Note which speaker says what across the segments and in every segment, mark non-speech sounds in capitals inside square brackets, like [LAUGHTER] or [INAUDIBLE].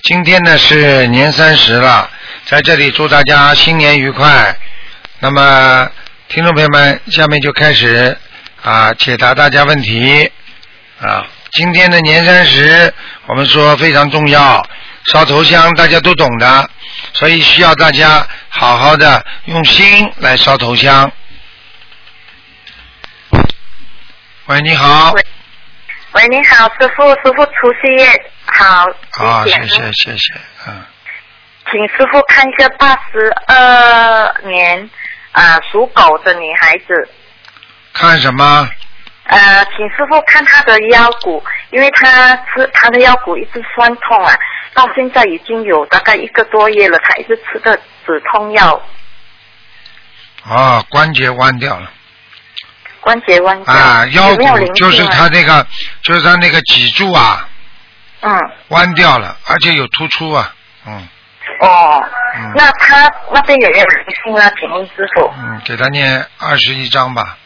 Speaker 1: 今天呢是年三十了，在这里祝大家新年愉快。那么，听众朋友们，下面就开始啊解答大家问题啊。今天的年三十，我们说非常重要，烧头香大家都懂的，所以需要大家好好的用心来烧头香。喂，你好。
Speaker 2: 喂喂，你好，师傅，师傅，除夕夜好，
Speaker 1: 啊，
Speaker 2: 谢
Speaker 1: 谢谢谢谢，嗯，
Speaker 2: 请师傅看一个八十二年啊、属狗的女孩子，
Speaker 1: 看什么？
Speaker 2: 呃，请师傅看她的腰骨，因为她吃她的腰骨一直酸痛啊，到现在已经有大概一个多月了，她一直吃的止痛药，
Speaker 1: 哦，关节弯掉了
Speaker 2: 关节弯掉，
Speaker 1: 啊，腰
Speaker 2: 有没有灵
Speaker 1: 骨
Speaker 2: 性
Speaker 1: 就是
Speaker 2: 啊
Speaker 1: 他那个，就是他那个脊柱啊
Speaker 2: 嗯，
Speaker 1: 弯掉了，而且有突出啊，嗯
Speaker 2: 哦，
Speaker 1: 嗯
Speaker 2: 那她那边有没有灵性啊？请问师傅，
Speaker 1: 嗯，给他念二十一章吧，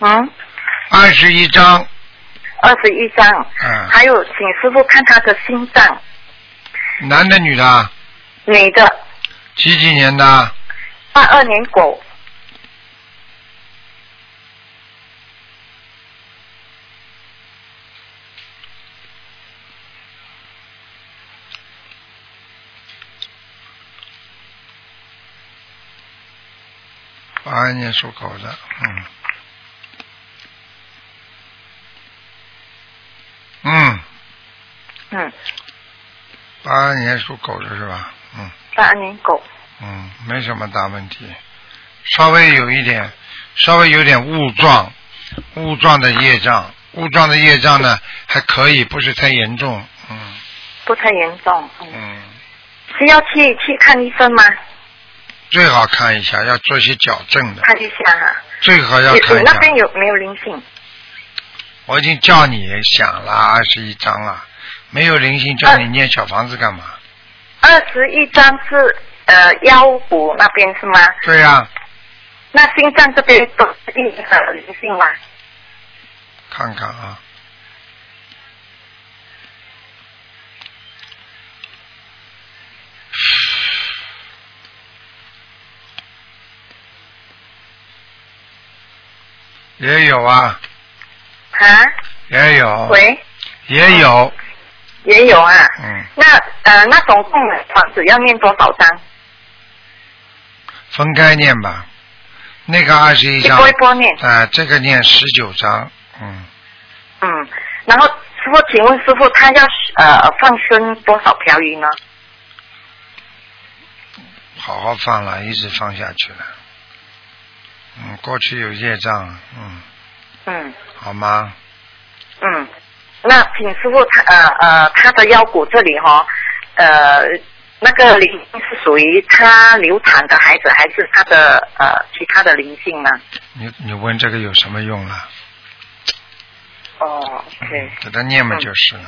Speaker 2: 嗯，
Speaker 1: 二十一章，
Speaker 2: 二十一张，
Speaker 1: 嗯，
Speaker 2: 还有请师傅看她的心脏。
Speaker 1: 男的女的啊？
Speaker 2: 女的，
Speaker 1: 几几年的啊？
Speaker 2: 八二年狗，
Speaker 1: 八二年属狗的，嗯，嗯，
Speaker 2: 嗯，
Speaker 1: 八二年属狗的是吧？嗯。
Speaker 2: 八二年狗，
Speaker 1: 嗯，没什么大问题，稍微有一点，稍微有点雾状，雾状的业障，雾状的业障呢还可以，不是太严重，嗯
Speaker 2: 不太严重，嗯，
Speaker 1: 嗯，
Speaker 2: 是要去去看医生吗？
Speaker 1: 最好看一下，要做些矫正的，
Speaker 2: 看一下哈、
Speaker 1: 最好要
Speaker 2: 你
Speaker 1: 看
Speaker 2: 啊你
Speaker 1: 一
Speaker 2: 那边
Speaker 1: 下。
Speaker 2: 有没有灵性？
Speaker 1: 我已经叫你想了二十一章了，没有灵性叫你
Speaker 2: 呃
Speaker 1: 念小房子干嘛？
Speaker 2: 二十一张是呃腰骨那边是吗？
Speaker 1: 对呀、
Speaker 2: 那心脏这边都是一的灵性吗？
Speaker 1: 看看啊。也有啊，
Speaker 2: 啊？
Speaker 1: 也有，
Speaker 2: 喂，
Speaker 1: 也有，
Speaker 2: 也有啊。
Speaker 1: 嗯，
Speaker 2: 那呃，那总共的房子要念多少张？
Speaker 1: 分开念吧。那个二十一
Speaker 2: 一
Speaker 1: 章，
Speaker 2: 波一波念。
Speaker 1: 啊，这个念十九章，嗯，
Speaker 2: 嗯，然后师傅，请问师傅，他要呃放生多少条鱼呢？
Speaker 1: 好好放了，一直放下去了。嗯，过去有业障，嗯，
Speaker 2: 嗯。
Speaker 1: 好吗？
Speaker 2: 嗯，那请师傅他呃呃他的腰骨这里哈、呃那个灵性是属于他流产的孩子，还是他的呃其他的灵性呢？
Speaker 1: 你你问这个有什么用了？
Speaker 2: 哦，对，
Speaker 1: 给他念嘛就是了。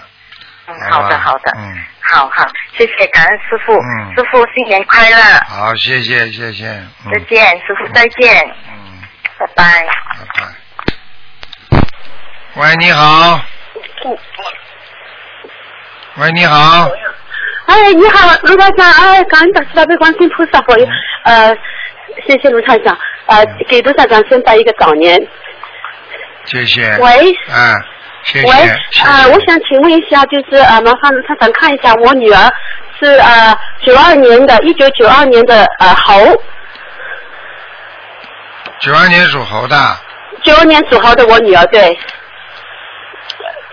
Speaker 2: 嗯，好的
Speaker 1: 吧
Speaker 2: 好的，
Speaker 1: 嗯，
Speaker 2: 好好，谢谢，感恩师傅，
Speaker 1: 嗯
Speaker 2: 师傅新年快乐，
Speaker 1: 好，谢谢谢谢，
Speaker 2: 再
Speaker 1: 嗯
Speaker 2: 见，师傅再见，
Speaker 1: 嗯，
Speaker 2: 拜拜。
Speaker 1: 拜拜。喂，你好。喂，你好。
Speaker 3: 哎，你好，卢台长，哎，感恩大慈大悲观世音菩萨保佑，
Speaker 1: 嗯
Speaker 3: 呃，谢谢卢台长，呃，给卢台长先拜一个早年。
Speaker 1: 谢谢。
Speaker 3: 喂，
Speaker 1: 啊，谢谢。
Speaker 3: 喂，
Speaker 1: 谢谢
Speaker 3: 啊、我想请问一下，就是呃，麻烦卢台长看一下，我女儿是呃九二年的，一九九二年的呃猴，
Speaker 1: 九二年属猴的，
Speaker 3: 九二年属猴的我女儿，对。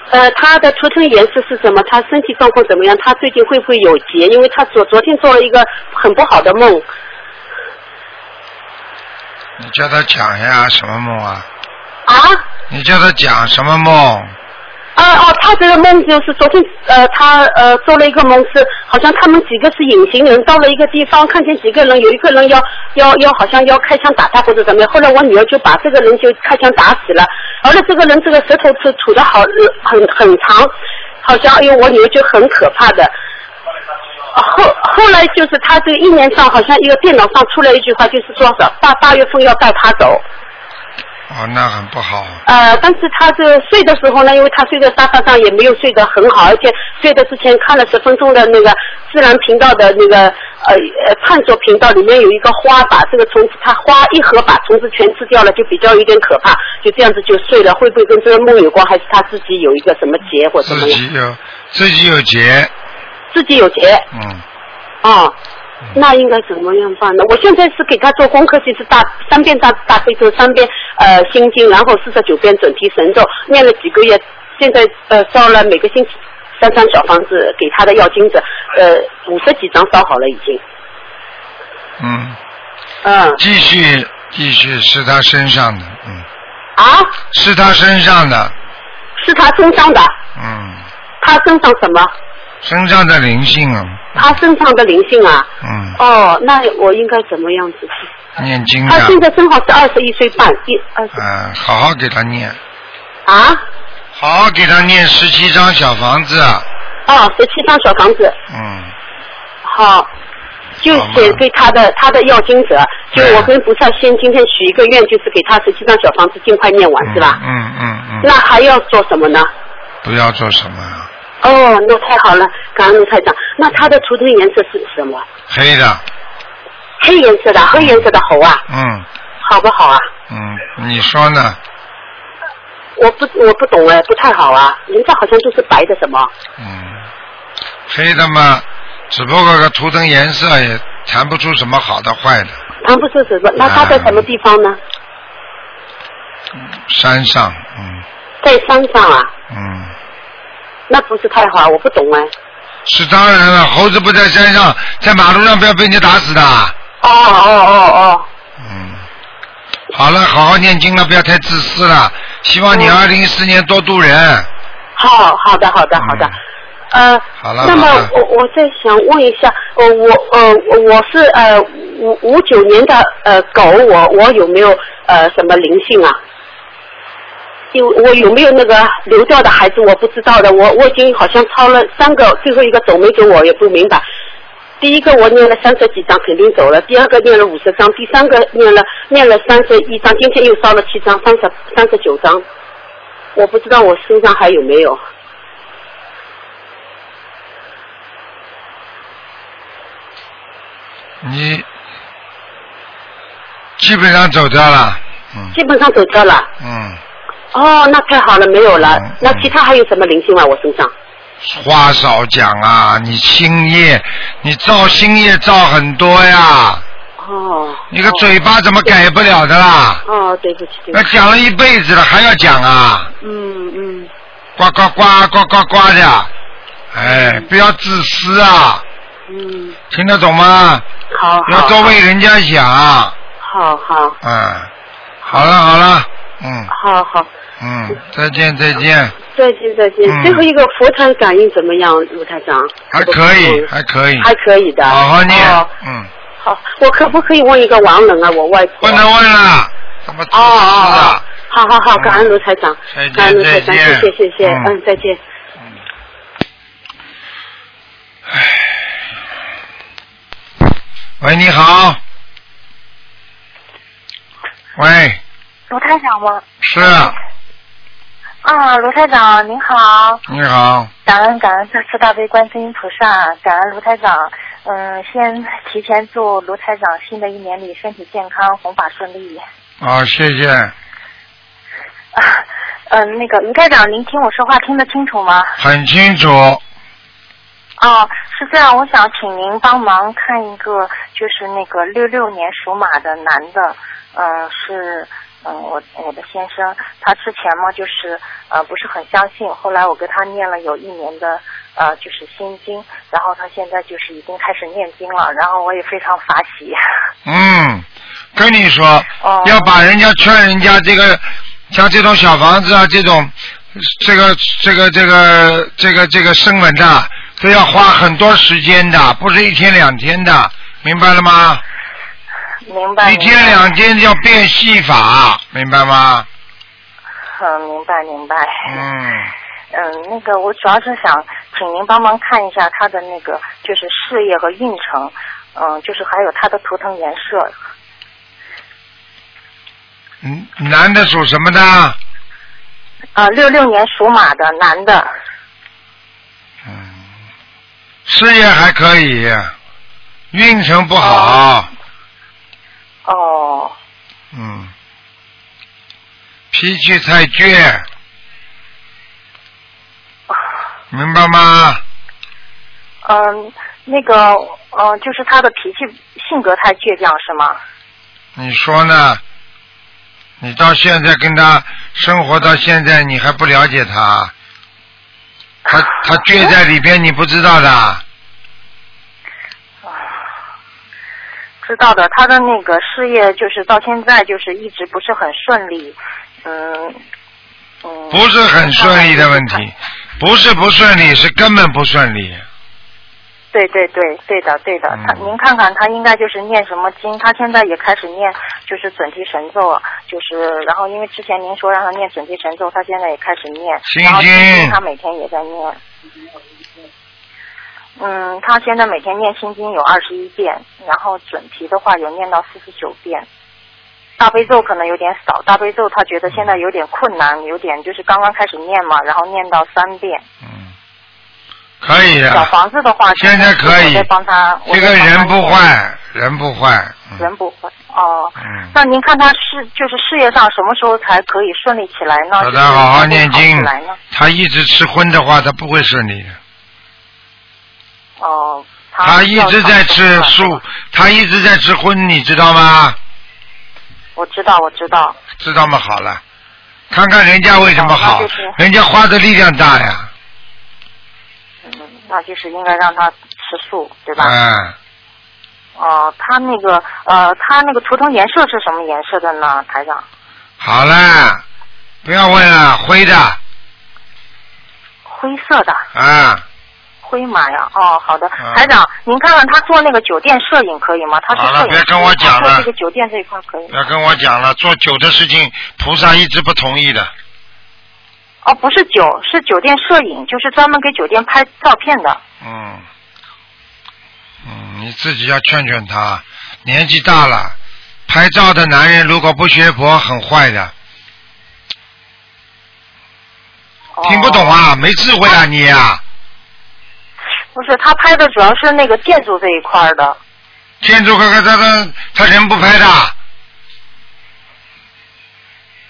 Speaker 3: 呃，她的图腾颜色是什么？她身体状况怎么样？她最近会不会有结？因为她昨昨天做了一个很不好的梦。
Speaker 1: 你叫他讲呀，什么梦啊？
Speaker 3: 啊？
Speaker 1: 你叫他讲什么梦？
Speaker 3: 啊哦，他这个梦就是昨天呃，他呃做了一个梦是，好像他们几个是隐形人，到了一个地方，看见几个人，有一个人要要要好像要开枪打他或者怎么样，后来我女儿就把这个人就开枪打死了，而且这个人这个舌头是吐的好呃很很长，好像哎呦我女儿就很可怕的。后后来就是他这个意念上好像一个电脑上出来一句话，就是说是八八月份要带他走。
Speaker 1: 哦，那很不好。
Speaker 3: 呃，但是他是睡的时候呢，因为他睡在沙发上也没有睡得很好，而且睡的之前看了十分钟的那个自然频道的那个呃呃探索频道，里面有一个花把这个虫子，他花一盒把虫子全吃掉了，就比较有点可怕，就这样子就睡了，会不会跟这个梦有关，还是他自己有一个什么结或什么
Speaker 1: 自
Speaker 3: 样？
Speaker 1: 己有自己有结，
Speaker 3: 自己有结
Speaker 1: 嗯，
Speaker 3: 啊。那应该怎么样办呢？我现在是给他做功课，就是大三遍大大悲咒，三遍呃心经，然后四十九遍准提神咒，念了几个月，现在呃烧了每个星期三张小房子给他的药精子，呃五十几张烧好了已经。
Speaker 1: 嗯，
Speaker 3: 嗯
Speaker 1: 继续继续是他身上的，嗯，
Speaker 3: 啊，
Speaker 1: 是他身上的，
Speaker 3: 是他身上的，
Speaker 1: 嗯，
Speaker 3: 他身上什么？
Speaker 1: 身上的灵性啊，
Speaker 3: 他身上的灵性啊。
Speaker 1: 嗯，
Speaker 3: 哦，那我应该怎么样子？
Speaker 1: 念经
Speaker 3: 他啊现
Speaker 1: 的，
Speaker 3: 在正好是二十一岁半，一二十
Speaker 1: 嗯，好好给他念，
Speaker 3: 啊，
Speaker 1: 好好给他念十七张小房子，啊
Speaker 3: 哦，十七张小房子。
Speaker 1: 嗯，
Speaker 3: 好，就写给他的他的要经者，就我跟菩萨先今天许一个愿，就是给他十七张小房子尽快念完，是吧？
Speaker 1: 嗯嗯
Speaker 3: 那
Speaker 1: 嗯，
Speaker 3: 还要做什么呢？
Speaker 1: 不要做什么啊
Speaker 3: 哦，那太好了，感恩台长。那他的图腾颜色是什么？
Speaker 1: 黑的，
Speaker 3: 黑颜色的，黑颜色的猴啊，
Speaker 1: 嗯
Speaker 3: 好不好啊？
Speaker 1: 嗯，你说呢？
Speaker 3: 我不我不懂哎，不太好啊。人家好像都是白的什么？
Speaker 1: 嗯，黑的嘛，只不过个图腾颜色也谈不出什么好的坏的。
Speaker 3: 他不是
Speaker 1: 嗯
Speaker 3: 什么？那他在什么地方呢？
Speaker 1: 山上，嗯
Speaker 3: 在山上啊，
Speaker 1: 嗯，
Speaker 3: 那不是太好啊，我不懂哎。
Speaker 1: 是当然了，猴子不在山上，在马路上不要被人家打死的。
Speaker 3: 哦哦哦
Speaker 1: 嗯，好了，好好念经了，不要太自私了。希望你
Speaker 3: 嗯
Speaker 1: 二零一四年多度人。
Speaker 3: 哦，好好的好的好的。
Speaker 1: 嗯
Speaker 3: 呃，
Speaker 1: 好了
Speaker 3: 那么
Speaker 1: 好了
Speaker 3: 我我再想问一下，呃，我呃我是呃五五九年的呃狗，我我有没有呃什么灵性啊？有我有没有那个流掉的孩子？我不知道的，我我已经好像抄了三个，最后一个走没走我也不明白。第一个我念了三十几张，肯定走了；第二个念了五十张，第三个念了念了三十一张，今天又烧了七张，三十三十九张。我不知道我身上还有没有。
Speaker 1: 你基本上走掉了，嗯
Speaker 3: 基本上走掉了。
Speaker 1: 嗯，
Speaker 3: 哦，那太好了，没有了
Speaker 1: 嗯。
Speaker 3: 那其他还有什么灵性吗？我身上？
Speaker 1: 话少讲啊，你星业，你造星业造很多呀，
Speaker 3: 哦。
Speaker 1: 你个嘴巴怎么改不了的啦？
Speaker 3: 哦。哦，对不起，对不
Speaker 1: 那
Speaker 3: 起。
Speaker 1: 讲了一辈子了，还要讲啊？
Speaker 3: 嗯嗯。
Speaker 1: 呱呱呱呱呱呱的，哎，不要自私啊，
Speaker 3: 嗯，
Speaker 1: 听得懂吗？
Speaker 3: 好好。
Speaker 1: 要多为人家想，
Speaker 3: 好好
Speaker 1: 嗯，好了好了，嗯
Speaker 3: 好好，
Speaker 1: 嗯，再见再见，
Speaker 3: 再见再见。
Speaker 1: 嗯
Speaker 3: 最后一个佛坛感应怎么样，卢台长？
Speaker 1: 还可以还可以，
Speaker 3: 还可以的。
Speaker 1: 好好念
Speaker 3: 哦，
Speaker 1: 嗯，
Speaker 3: 好，我可不可以问一个亡人啊？我外婆。
Speaker 1: 不能问了，怎么自
Speaker 3: 哦哦
Speaker 1: 私
Speaker 3: 哦
Speaker 1: 啊？。
Speaker 3: 好好好，感恩卢台长
Speaker 1: 再见，
Speaker 3: 感恩卢台
Speaker 1: 再
Speaker 3: 长，谢
Speaker 1: 见
Speaker 3: 谢谢谢，
Speaker 1: 嗯
Speaker 3: 嗯，再见。
Speaker 1: 喂，你好，喂，
Speaker 2: 卢台长吗？
Speaker 1: 是，
Speaker 2: 啊，卢台长您好，
Speaker 1: 你好，
Speaker 2: 感恩感恩大慈大悲观世音菩萨，感恩卢台长。嗯，先提前祝卢台长新的一年里身体健康，弘法顺利。
Speaker 1: 好，哦谢谢，
Speaker 2: 啊，嗯，那个卢台长，您听我说话听得清楚吗？
Speaker 1: 很清楚，
Speaker 2: 哦，是这样，我想请您帮忙看一个，就是那个六六年属马的男的，嗯，是。嗯，我我的先生，他之前嘛就是呃不是很相信，后来我跟他念了有一年的呃就是心经，然后他现在就是已经开始念经了，然后我也非常法喜。 [LAUGHS]
Speaker 1: 嗯，跟你说，
Speaker 2: 哦，
Speaker 1: 要把人家劝人家这个，像这种小房子啊，这种，这个这个这个这个这个声纹的，都要花很多时间的，不是一天两天的，明白了吗？
Speaker 2: 明白。
Speaker 1: 一
Speaker 2: 明
Speaker 1: 天
Speaker 2: 白
Speaker 1: 两天要变戏法，明白吗？
Speaker 2: 嗯，明白明白。
Speaker 1: 嗯，
Speaker 2: 嗯，那个我主要是想请您帮忙看一下他的那个就是事业和运程，嗯，就是还有他的图腾颜色。
Speaker 1: 嗯，男的属什么的？
Speaker 2: 呃，六六年属马的男的，
Speaker 1: 嗯事业还可以，运程不好，
Speaker 2: 哦，
Speaker 1: 嗯，脾气太倔，明白吗？
Speaker 2: 嗯、那个，嗯、就是他的脾气性格太倔强是吗？
Speaker 1: 你说呢？你到现在跟他生活到现在，你还不了解他，他他倔在里边，你不知道的。
Speaker 2: 知道的，他的那个事业就是到现在就是一直不是很顺利，嗯嗯。
Speaker 1: 不是很顺利的问题，不是不顺利，是根本不顺利。
Speaker 2: 对对对，对的对
Speaker 1: 嗯
Speaker 2: 的，他您看看他应该就是念什么经，他现在也开始念就是准提神咒了，就是然后因为之前您说让他念准提神咒，他现在也开始念，
Speaker 1: 心
Speaker 2: 然后心
Speaker 1: 经
Speaker 2: 经他每天也在念，嗯，他现在每天念心经有二十一遍，然后准提的话有念到四十九遍。大悲咒可能有点少，大悲咒他觉得现在有点困难，有点就是刚刚开始念嘛，然后念到三遍。
Speaker 1: 嗯可以
Speaker 2: 小
Speaker 1: 的，
Speaker 2: 房子的话，
Speaker 1: 现在可以
Speaker 2: 我在帮他。我
Speaker 1: 这
Speaker 2: 在
Speaker 1: 个
Speaker 2: 帮他
Speaker 1: 人不
Speaker 2: 念
Speaker 1: 坏，人不坏，
Speaker 2: 人不会哦。
Speaker 1: 嗯，
Speaker 2: 那您看他事就是事业上什么时候才可以顺利起来呢？
Speaker 1: 叫
Speaker 2: 就是
Speaker 1: 他好好
Speaker 2: 才会
Speaker 1: 念经
Speaker 2: 起来呢？。
Speaker 1: 他一直吃荤的话，他不会顺利的。
Speaker 2: 哦，
Speaker 1: 他一直在吃素，他一直在吃荤，你知道吗？
Speaker 2: 我知道，我知道。
Speaker 1: 知道吗？好了，看看人家为什么好
Speaker 2: 哦那就是，
Speaker 1: 人家花的力量大呀，
Speaker 2: 嗯，那就是应该让他吃素，对吧？
Speaker 1: 嗯，
Speaker 2: 哦，他那个呃，他那个图腾颜色是什么颜色的呢，台长？
Speaker 1: 好了，不要问了，灰的
Speaker 2: 灰色的，
Speaker 1: 啊，
Speaker 2: 灰马呀。哦，好的，
Speaker 1: 嗯
Speaker 2: 台长，您看看他做那个酒店摄影可以吗？他是
Speaker 1: 好了
Speaker 2: 摄影
Speaker 1: 别
Speaker 2: 师，
Speaker 1: 跟我讲
Speaker 2: 他做
Speaker 1: 了
Speaker 2: 这个酒店这一块可以
Speaker 1: 不。要跟我讲了，做酒的事情，菩萨一直不同意的，
Speaker 2: 哦，不是酒，是酒店摄影，就是专门给酒店拍照片的。
Speaker 1: 嗯，嗯，你自己要劝劝他，年纪大了，拍照的男人如果不学佛，很坏的，
Speaker 2: 哦
Speaker 1: 听不懂啊，没智慧啊你啊，
Speaker 2: 不是，他拍的主要是那个建筑这一块儿的。
Speaker 1: 建筑哥哥他他他人不拍的，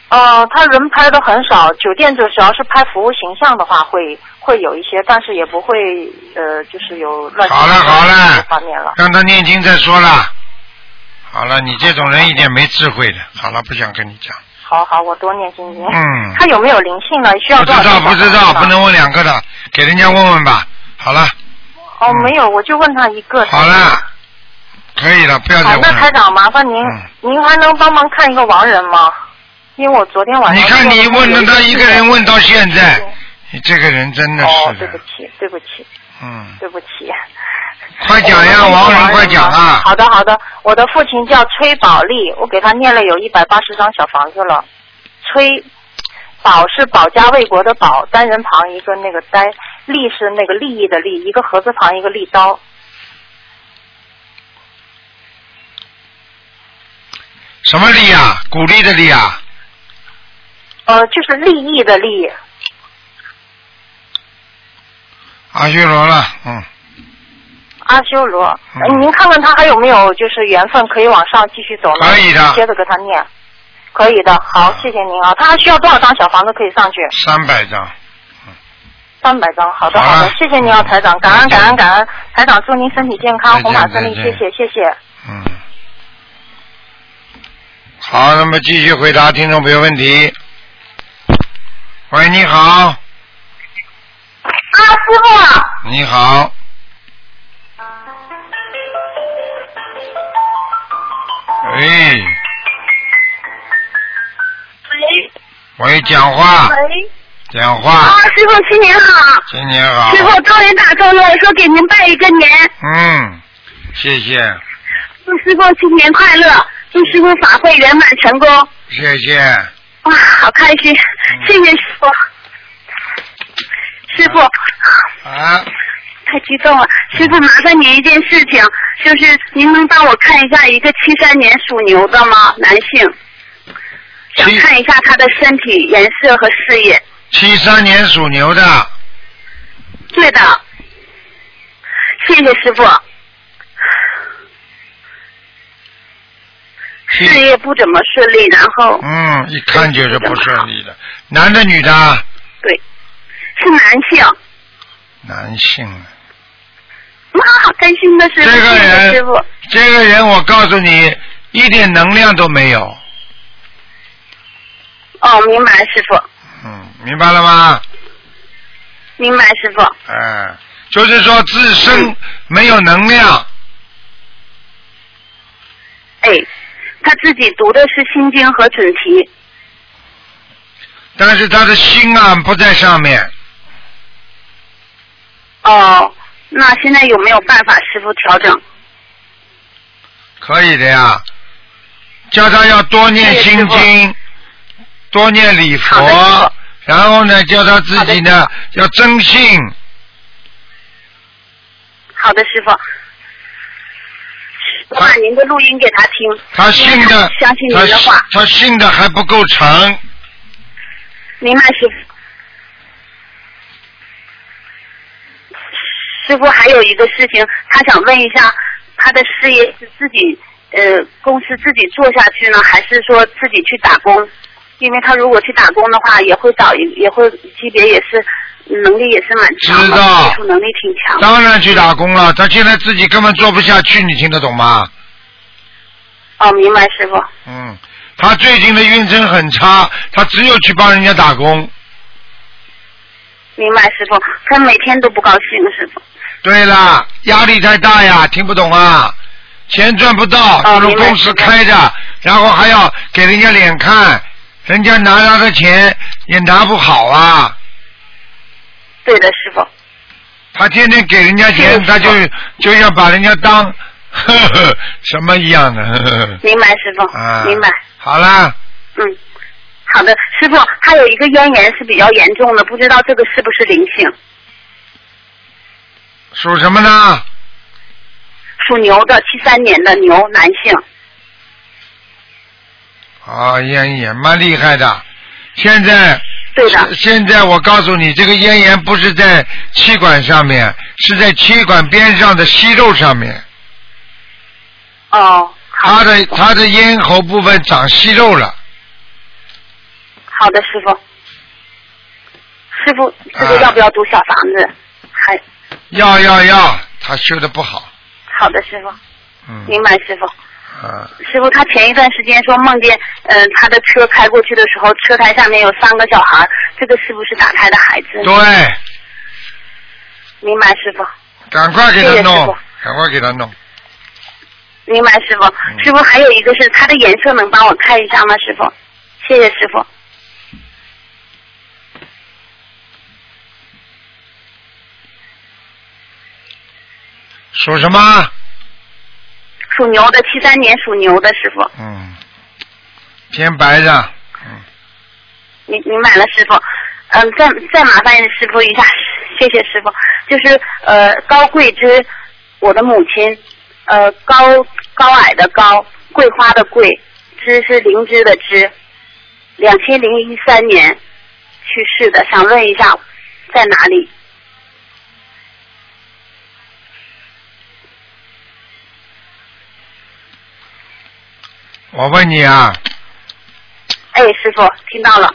Speaker 2: 呃，他人拍的很少，酒店就主要是拍服务形象的话会会有一些，但是也不会呃，就是有乱七
Speaker 1: 好了
Speaker 2: 八糟
Speaker 1: 好了
Speaker 2: 的方面了。
Speaker 1: 让他念经再说了。好了，你这种人一点没智慧的。好了，不想跟你讲。
Speaker 2: 好好，我多念心经。
Speaker 1: 嗯
Speaker 2: 他有没有灵性呢？需要
Speaker 1: 不
Speaker 2: 多
Speaker 1: 知
Speaker 2: 少
Speaker 1: 道
Speaker 2: 张小
Speaker 1: 不知
Speaker 2: 房
Speaker 1: 道，
Speaker 2: 子呢
Speaker 1: 不能问两个的，给人家问问吧。好了
Speaker 2: 哦，没有，我就问他一个。
Speaker 1: 好了，可以了，不要再
Speaker 2: 好，那
Speaker 1: 问
Speaker 2: 台
Speaker 1: 了。
Speaker 2: 长，麻烦您，
Speaker 1: 嗯
Speaker 2: 您还能帮忙看一个亡人吗？因为我昨天晚
Speaker 1: 你
Speaker 2: 上
Speaker 1: 看你问了
Speaker 2: 了
Speaker 1: 他一哦个人问到现在，你这个人真的
Speaker 2: 哦，
Speaker 1: 是
Speaker 2: 对不
Speaker 1: 的
Speaker 2: 起，，对不起，
Speaker 1: 嗯，
Speaker 2: 对不起。
Speaker 1: 快讲呀，
Speaker 2: 我
Speaker 1: 王
Speaker 2: 我
Speaker 1: 人快讲啊！
Speaker 2: 好的好的，我的父亲叫崔宝利，我给他念了有一百八十张小房子了。崔宝是保家卫国的保，单人旁一个那个呆，利是那个利益的利，一个禾字旁一个利刀。
Speaker 1: 什么力啊？鼓励的力啊？
Speaker 2: 呃，就是利益的利，
Speaker 1: 阿修罗了，嗯，
Speaker 2: 阿修罗。
Speaker 1: 嗯
Speaker 2: 呃您看看他还有没有就是缘分可以往上继续走呢？
Speaker 1: 可以的嗯
Speaker 2: 接着给他念。可以的，好，谢谢您啊。他还需要多少张小房子可以上去？
Speaker 1: 三百张。
Speaker 2: 三百张，好的
Speaker 1: 好了
Speaker 2: 好的，谢谢您啊，台长，感恩
Speaker 1: 再见
Speaker 2: 感恩感恩，台长祝您身体健
Speaker 1: 再
Speaker 2: 康，
Speaker 1: 见
Speaker 2: 红马顺利，
Speaker 1: 再
Speaker 2: 谢
Speaker 1: 见
Speaker 2: 谢谢谢。
Speaker 1: 嗯，好，那么继续回答听众朋友问题。喂，你好，
Speaker 4: 啊，师傅，
Speaker 1: 你好，
Speaker 4: 哎
Speaker 1: 喂，
Speaker 4: 喂
Speaker 1: 喂，讲话，
Speaker 4: 喂，
Speaker 1: 讲
Speaker 4: 啊
Speaker 1: 话，，
Speaker 4: 师傅新年好，
Speaker 1: 新年好
Speaker 4: 师，傅终于打通了，说给您拜一个年，
Speaker 1: 嗯，谢谢，
Speaker 4: 祝师傅新年快乐，祝师傅法会圆满成功，
Speaker 1: 谢谢，
Speaker 4: 哇，好开心，谢谢师傅，师傅。
Speaker 1: 啊，
Speaker 4: 太激动了，师傅，麻烦您一件事情，就是您能帮我看一下一个七三年属牛的吗？男性，想看一下他的身体、颜色和事业。
Speaker 1: 七三年属牛的，
Speaker 4: 对的，谢谢师傅。
Speaker 1: 七
Speaker 4: 事业不怎么顺利，然后
Speaker 1: 嗯，一看就是不顺利的，男的女的？
Speaker 4: 对，是男性。
Speaker 1: 男性啊。
Speaker 4: 妈，好开心的师
Speaker 1: 这
Speaker 4: 傅，
Speaker 1: 个
Speaker 4: 谢谢师
Speaker 1: 人
Speaker 4: 傅。，
Speaker 1: 这个人，我告诉你，一点能量都没有。
Speaker 4: 哦，明白师傅，
Speaker 1: 嗯，明白了吗？
Speaker 4: 明白师傅。
Speaker 1: 哎、就是说自身没有能量，
Speaker 4: 哎，他自己读的是心经和准提。
Speaker 1: 但是他的心啊不在上面，
Speaker 4: 哦，那现在有没有办法师傅调整？
Speaker 1: 可以的呀。叫他要多念
Speaker 4: 谢谢
Speaker 1: 心
Speaker 4: 师傅
Speaker 1: 经，多念礼
Speaker 4: 好的师
Speaker 1: 佛
Speaker 4: 傅，
Speaker 1: 然后呢，叫他自己呢要真信。
Speaker 4: 好的，师傅。我把您的录音给他听。
Speaker 1: 他信
Speaker 4: 因为
Speaker 1: 的，
Speaker 4: 嗯相信您
Speaker 1: 他
Speaker 4: 的话，
Speaker 1: 他信的还不够长，
Speaker 4: 明白师傅。师傅还有一个事情，他想问一下，他的事业是自己呃公司自己做下去呢，还是说自己去打工？因为他如果去打工的话，也会找一也会级别也是能力也是蛮强
Speaker 1: 知
Speaker 4: 的，
Speaker 1: 道
Speaker 4: 技术能力挺强的。
Speaker 1: 当然去打工了。他现在自己根本做不下去，你听得懂吗？
Speaker 4: 哦，明白师傅。
Speaker 1: 嗯，他最近的运程很差，他只有去帮人家打工。
Speaker 4: 明白，师傅，他每天都不高兴，师傅。
Speaker 1: 对啦，压力太大呀，听不懂啊，钱赚不到，
Speaker 4: 哦
Speaker 1: 这种
Speaker 4: 明白
Speaker 1: 公司
Speaker 4: 明白
Speaker 1: 开着，然后还要给人家脸看，人家拿他的钱也拿不好啊。
Speaker 4: 对的，师傅。
Speaker 1: 他天天给人家钱，
Speaker 4: 是
Speaker 1: 他就就要把人家当 [LAUGHS] 呵呵什么一样的 [LAUGHS] 呵
Speaker 4: 明白，师傅。
Speaker 1: 呵啊。
Speaker 4: 明白，。
Speaker 1: 好啦，
Speaker 4: 嗯，好的，师傅，他有一个咽炎是比较严重的，不知道这个是不是灵性？
Speaker 1: 属什么呢？
Speaker 4: 属牛的，七三年的牛，男性。
Speaker 1: 啊，咽炎蛮厉害的，现在
Speaker 4: 对的，
Speaker 1: 是现在我告诉你，这个咽炎不是在气管上面，是在气管边上的息肉上面。
Speaker 4: 哦，好
Speaker 1: 他的他的咽喉部分长息肉了，
Speaker 4: 好的，师傅。师傅，这个
Speaker 1: 啊
Speaker 4: 要不要读小房子？还
Speaker 1: 要要要，他修的不好。
Speaker 4: 好的，师傅，
Speaker 1: 嗯。
Speaker 4: 明白，师傅。
Speaker 1: 啊，
Speaker 4: 师傅，他前一段时间说梦见，嗯、他的车开过去的时候，车胎下面有三个小孩儿，这个是不是打胎的孩子？
Speaker 1: 对，
Speaker 4: 明白，师傅。
Speaker 1: 赶快给
Speaker 4: 谢
Speaker 1: 他
Speaker 4: 谢师
Speaker 1: 弄
Speaker 4: 傅，
Speaker 1: 赶快给他弄。
Speaker 4: 明白，师傅。
Speaker 1: 嗯
Speaker 4: 师傅还有一个是它的颜色，能帮我看一下吗，师傅？谢谢师傅。
Speaker 1: 属什么？
Speaker 4: 属牛的，七三年属牛的师傅，
Speaker 1: 嗯，偏白的。嗯，
Speaker 4: 明明白了，师傅。嗯，再再麻烦师傅一下，谢谢师傅。就是呃，高桂枝，我的母亲，呃，高高矮的高，桂花的桂，枝是灵芝的枝，两千零一三年去世的，想问一下在哪里？
Speaker 1: 我问你啊，
Speaker 4: 哎，师傅听到了。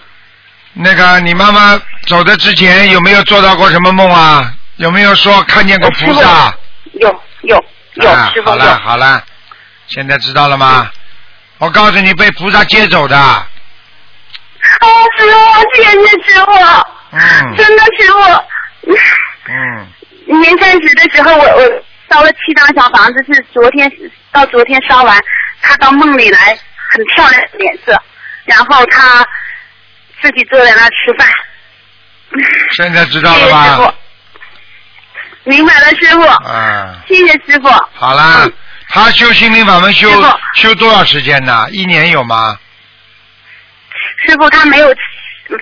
Speaker 1: 那个你妈妈走的之前有没有做到过什么梦啊？有没有说看见过
Speaker 4: 呃师
Speaker 1: 菩
Speaker 4: 傅
Speaker 1: 萨？
Speaker 4: 有有有，
Speaker 1: 啊
Speaker 4: 师傅
Speaker 1: 好
Speaker 4: 有。
Speaker 1: 了好了，现在知道了吗？我告诉你，被菩萨接走的。
Speaker 4: 哦，师傅，谢谢师傅，
Speaker 1: 嗯
Speaker 4: 真的师傅。
Speaker 1: 嗯，
Speaker 4: 年三十的时候，我我烧了七张小房子，是昨天到昨天烧完，他到梦里来，很漂亮的脸色，然后他自己坐在那儿吃饭。
Speaker 1: 现在知
Speaker 4: 谢
Speaker 1: 道
Speaker 4: 谢
Speaker 1: 了
Speaker 4: 师
Speaker 1: 吧？
Speaker 4: 傅，明白了，师傅，
Speaker 1: 啊，
Speaker 4: 谢谢师傅。
Speaker 1: 好啦
Speaker 4: 嗯，
Speaker 1: 他修心灵法门修
Speaker 4: 师傅
Speaker 1: 修多少时间呢？一年有吗？
Speaker 4: 师傅他没有，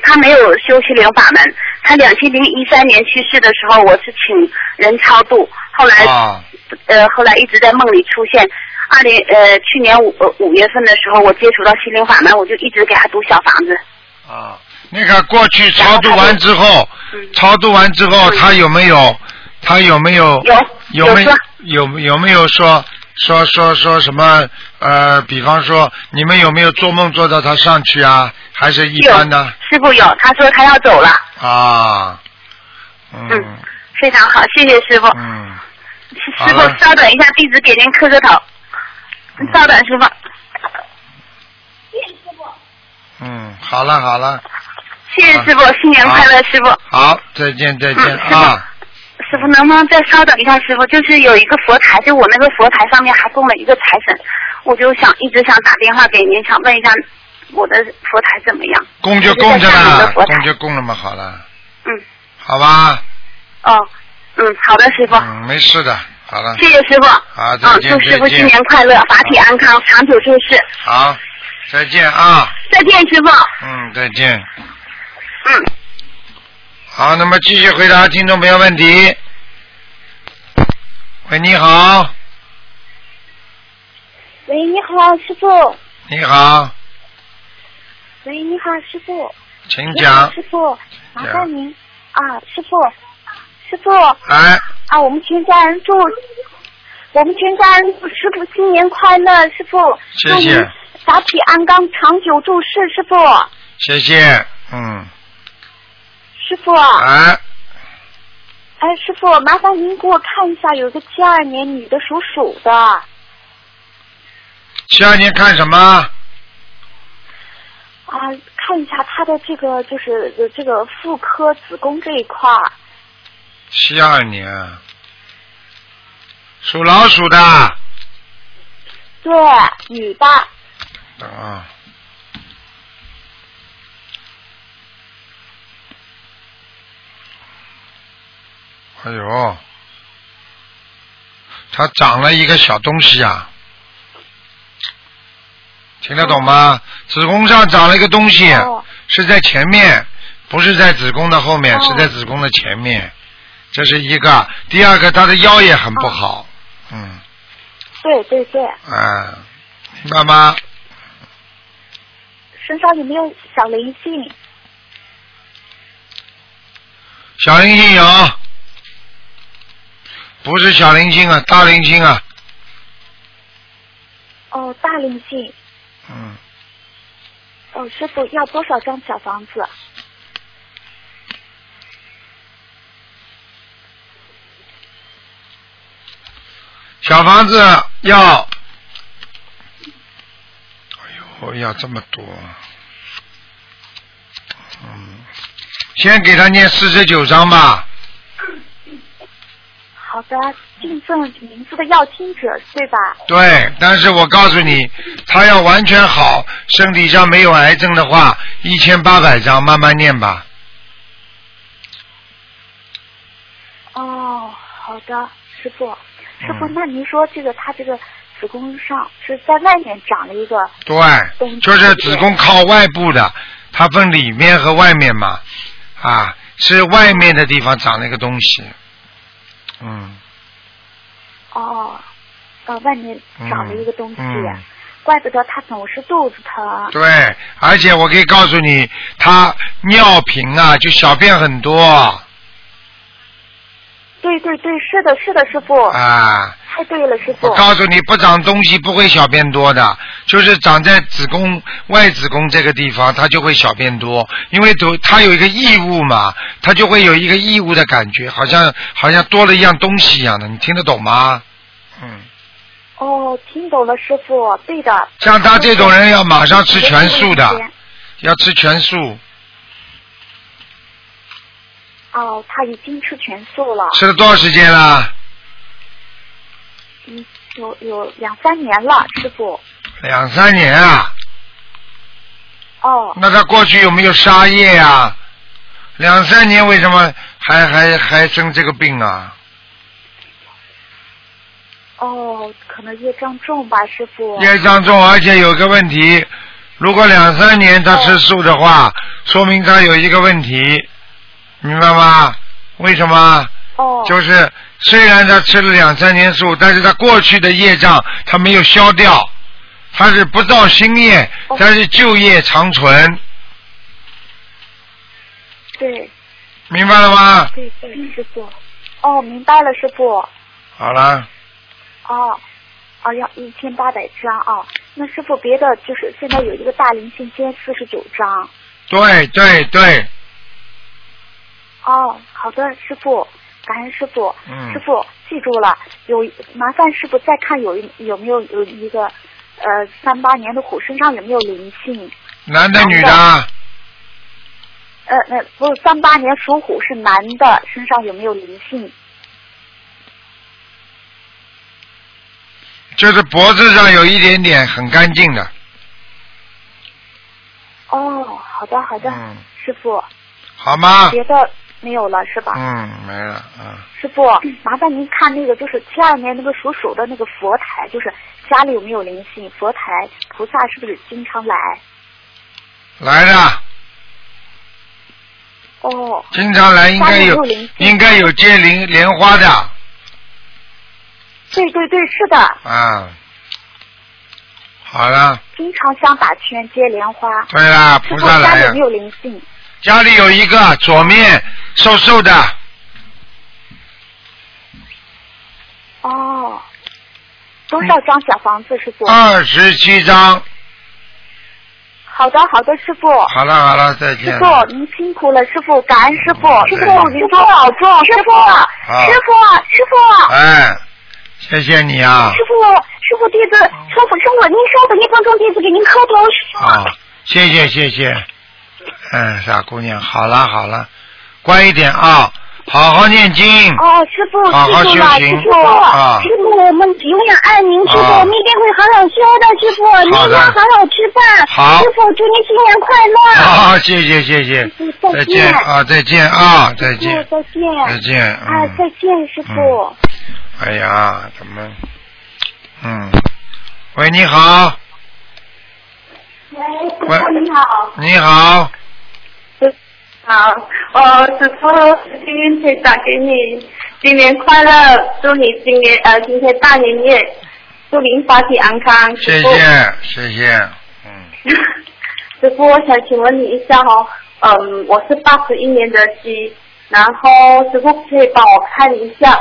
Speaker 4: 他没有修心灵法门。他两千零一三年去世的时候，我是请人超度，后来、
Speaker 1: 啊，
Speaker 4: 呃后来一直在梦里出现，二零呃去年五呃五月份的时候，我接触到心灵法门，我就一直给他读小房子。
Speaker 1: 啊，那个过去超度完之后，
Speaker 4: 嗯
Speaker 1: 超度完之后，他有没有，他有没有，
Speaker 4: 有
Speaker 1: 有没
Speaker 4: 有说
Speaker 1: 有有没有说说说说什么？呃，比方说，你们有没有做梦做到他上去啊？还是一
Speaker 4: 有
Speaker 1: 般的
Speaker 4: 师傅有，他说他要走了，
Speaker 1: 啊？嗯
Speaker 4: 非常好，谢谢师傅。
Speaker 1: 嗯，好
Speaker 4: 师傅
Speaker 1: 了，
Speaker 4: 稍等一下，弟子给您磕个头。稍等，师傅。
Speaker 1: 嗯，好了好了，
Speaker 4: 谢谢师傅，新年快乐，师傅。
Speaker 1: 嗯好，再见再见
Speaker 4: 嗯师傅
Speaker 1: 啊！
Speaker 4: 师傅能不能再稍等一下？师傅，就是有一个佛台，就我那个佛台上面还供了一个财神，我就想一直想打电话给您，想问一下我的佛台怎么样？
Speaker 1: 供就
Speaker 4: 我就
Speaker 1: 供
Speaker 4: 在
Speaker 1: 着
Speaker 4: 家里
Speaker 1: 了
Speaker 4: 的，佛台
Speaker 1: 供就供了嘛，好了，
Speaker 4: 嗯，
Speaker 1: 好吧，
Speaker 4: 哦，嗯，好的，师傅，
Speaker 1: 嗯，没事的，好了，
Speaker 4: 谢谢师傅。
Speaker 1: 好，再
Speaker 4: 嗯，
Speaker 1: 见
Speaker 4: 祝师傅
Speaker 1: 再
Speaker 4: 新
Speaker 1: 见，
Speaker 4: 年快乐，法体安康，长久住世。
Speaker 1: 好，再见啊！
Speaker 4: 再见，师傅。
Speaker 1: 嗯，再见。
Speaker 4: 嗯。
Speaker 1: 好，那么继续回答听众朋友问题。喂，你好，
Speaker 5: 喂，你好，师傅。
Speaker 1: 你好，
Speaker 5: 喂，你好，师傅。
Speaker 1: 请
Speaker 5: 你好，
Speaker 1: 讲。
Speaker 5: 师傅，麻
Speaker 1: 讲
Speaker 5: 烦您啊，师傅，师傅
Speaker 1: 哎，
Speaker 5: 啊，我们全家人祝我们全家人祝师傅新年快乐，师傅。
Speaker 1: 谢
Speaker 5: 祝您
Speaker 1: 谢
Speaker 5: 法体安康，长久住世，师傅。
Speaker 1: 谢谢，嗯，
Speaker 5: 师傅，
Speaker 1: 哎，
Speaker 5: 哎，师傅，麻烦您给我看一下，有一个七二年女的属鼠的，啊
Speaker 1: 七二年看什么？
Speaker 5: 啊，看一下她的这个就是呃这个妇科、子宫这一块儿，
Speaker 1: 七二年，啊属老鼠的，
Speaker 5: 对，女的，
Speaker 1: 等啊。哎呦，它长了一个小东西啊，听得懂吗？子宫上长了一个东西，
Speaker 5: 哦，
Speaker 1: 是在前面，不是在子宫的后面，
Speaker 5: 哦
Speaker 1: 是在子宫的前面。这是一个，第二个，它的腰也很不好，
Speaker 5: 哦
Speaker 1: 嗯，
Speaker 5: 对对对。
Speaker 1: 啊，明白吗？
Speaker 5: 身上有没有小灵性？
Speaker 1: 小灵性有，不是小灵性啊，大灵性啊，
Speaker 5: 哦，大灵性。
Speaker 1: 嗯，
Speaker 5: 哦，师傅要多少张小房子？
Speaker 1: 小房子要，哎呦，要这么多，啊嗯，先给他念四十九章吧，
Speaker 5: 好的，敬赠名字的要听者，对吧？
Speaker 1: 对，但是我告诉你，他要完全好，身体上没有癌症的话，一千八百章慢慢念吧，
Speaker 5: 哦，好的，师傅，师傅，
Speaker 1: 嗯
Speaker 5: 那您说这个他这个子宫上是在外面长了一个，
Speaker 1: 对，就是子宫靠外部的，它分里面和外面嘛，啊，是外面的地方长了一个东西，嗯，
Speaker 5: 哦，呃，外面长了一个东西，啊
Speaker 1: 嗯嗯
Speaker 5: 怪不得他总是肚子疼。
Speaker 1: 对，而且我可以告诉你，它尿频啊，就小便很多
Speaker 5: 对对对，是的，是的，师傅，
Speaker 1: 啊。
Speaker 5: 太对了，师傅
Speaker 1: 我。告诉你，不长东西不会小便多的，就是长在子宫外子宫这个地方，它就会小便多，因为都它有一个异物嘛，它就会有一个异物的感觉，好像好像多了一样东西一样的，你听得懂吗？嗯，
Speaker 5: 哦，听懂了，师傅，对的。
Speaker 1: 像他这种人要马上吃全素
Speaker 5: 我
Speaker 1: 的
Speaker 5: 这，边
Speaker 1: 要吃全素，
Speaker 5: 哦，他已经吃全素了，
Speaker 1: 吃了多少时间啦？
Speaker 5: 嗯，有有两三年了，师傅。
Speaker 1: 两三年啊，
Speaker 5: 哦，
Speaker 1: 那他过去有没有杀业啊？两三年为什么还还还生这个病啊？
Speaker 5: 哦，可能业障重吧，师傅。
Speaker 1: 业障重，而且有个问题，如果两三年他吃素的话，说明他有一个问题，明白吗？为什么？
Speaker 5: 哦，
Speaker 1: 就是虽然他吃了两三年素，但是他过去的业障他没有消掉，他是不造新业，但是旧业长存，
Speaker 5: 对，
Speaker 1: 明白了吗？
Speaker 5: 对对，师傅。哦，明白了，师傅。
Speaker 1: 好了，
Speaker 5: 哦，哦，要一千八百张哦。那师傅，别的就是现在有一个大灵性签四十九张。
Speaker 1: 对对对，
Speaker 5: 哦，好的，师傅，感恩师傅。
Speaker 1: 嗯
Speaker 5: 师傅记住了，有麻烦师傅再看有一有没有有一个呃三八年的虎身上有没有灵性？
Speaker 1: 男的女的啊，
Speaker 5: 呃呃，不是三八年属虎是男的，身上有没有灵性？
Speaker 1: 就是脖子上有一点点很干净的，
Speaker 5: 哦，好的好的，
Speaker 1: 嗯，
Speaker 5: 师傅，
Speaker 1: 好吗？
Speaker 5: 别的没有了是吧？
Speaker 1: 嗯，没了，嗯，
Speaker 5: 师傅，麻烦您看那个，就是七二年那个属鼠的那个佛台，就是家里有没有灵性？佛台菩萨是不是经常来？
Speaker 1: 来了，
Speaker 5: 哦，
Speaker 1: 经常来应该
Speaker 5: 家里
Speaker 1: 有
Speaker 5: 有灵性
Speaker 1: 应该有接莲莲花的
Speaker 5: 对对对，是的，
Speaker 1: 啊。好了，
Speaker 5: 经常想打圈接莲花。
Speaker 1: 对啦，
Speaker 5: 师
Speaker 1: 菩
Speaker 5: 傅
Speaker 1: 萨
Speaker 5: 家
Speaker 1: 来
Speaker 5: 里有
Speaker 1: 了
Speaker 5: 没。有灵性？哦
Speaker 1: 家里有一个左面瘦瘦的，
Speaker 5: 哦，多少张小房子，师傅？
Speaker 1: 二十七张。
Speaker 5: 好的好的，师傅。
Speaker 1: 好了好了，再
Speaker 5: 师
Speaker 1: 见。
Speaker 5: 傅，您辛苦了，师傅，感恩师傅，
Speaker 1: 嗯师
Speaker 5: 师
Speaker 1: 傅
Speaker 5: 傅，您多保重，师傅，
Speaker 1: 好
Speaker 5: 师傅，师傅，
Speaker 1: 哎，谢谢你啊
Speaker 5: 师傅，师傅弟子，师傅，师傅，您稍等一分钟，弟子给您磕头。师傅
Speaker 1: 啊，谢谢谢谢。嗯，傻姑娘，好了好了，乖一点啊，好好念经。
Speaker 5: 哦，师傅，
Speaker 1: 好好
Speaker 5: 记住
Speaker 1: 修
Speaker 5: 了，
Speaker 1: 行
Speaker 5: 师傅，
Speaker 1: 啊
Speaker 5: 师傅，我们永远爱您，师傅，
Speaker 1: 啊
Speaker 5: 我们一定会好好修的，师傅，您
Speaker 1: 好的
Speaker 5: 一定要好好吃饭，
Speaker 1: 好
Speaker 5: 师傅，祝您新年快乐，
Speaker 1: 好，谢谢谢谢
Speaker 5: 师傅，
Speaker 1: 再
Speaker 5: 再
Speaker 1: 见
Speaker 5: 见
Speaker 1: 啊，再见啊，再
Speaker 5: 师
Speaker 1: 见，
Speaker 5: 傅再见，
Speaker 1: 再见。
Speaker 5: 啊，
Speaker 1: 嗯
Speaker 5: 再见，师傅。
Speaker 1: 嗯哎呀，怎么？嗯，喂，你好，
Speaker 5: 喂，
Speaker 1: 喂
Speaker 5: 师傅你好，
Speaker 1: 你好，
Speaker 6: 好，哦，师傅，今天可以打给你，新年快乐，祝你今年呃今天大年夜，祝您法体安康，
Speaker 1: 谢
Speaker 6: 师傅。
Speaker 1: 谢谢谢，嗯，
Speaker 6: 师傅，我想请问你一下哦，嗯，我是八十一年的鸡，然后师傅可以帮我看一下，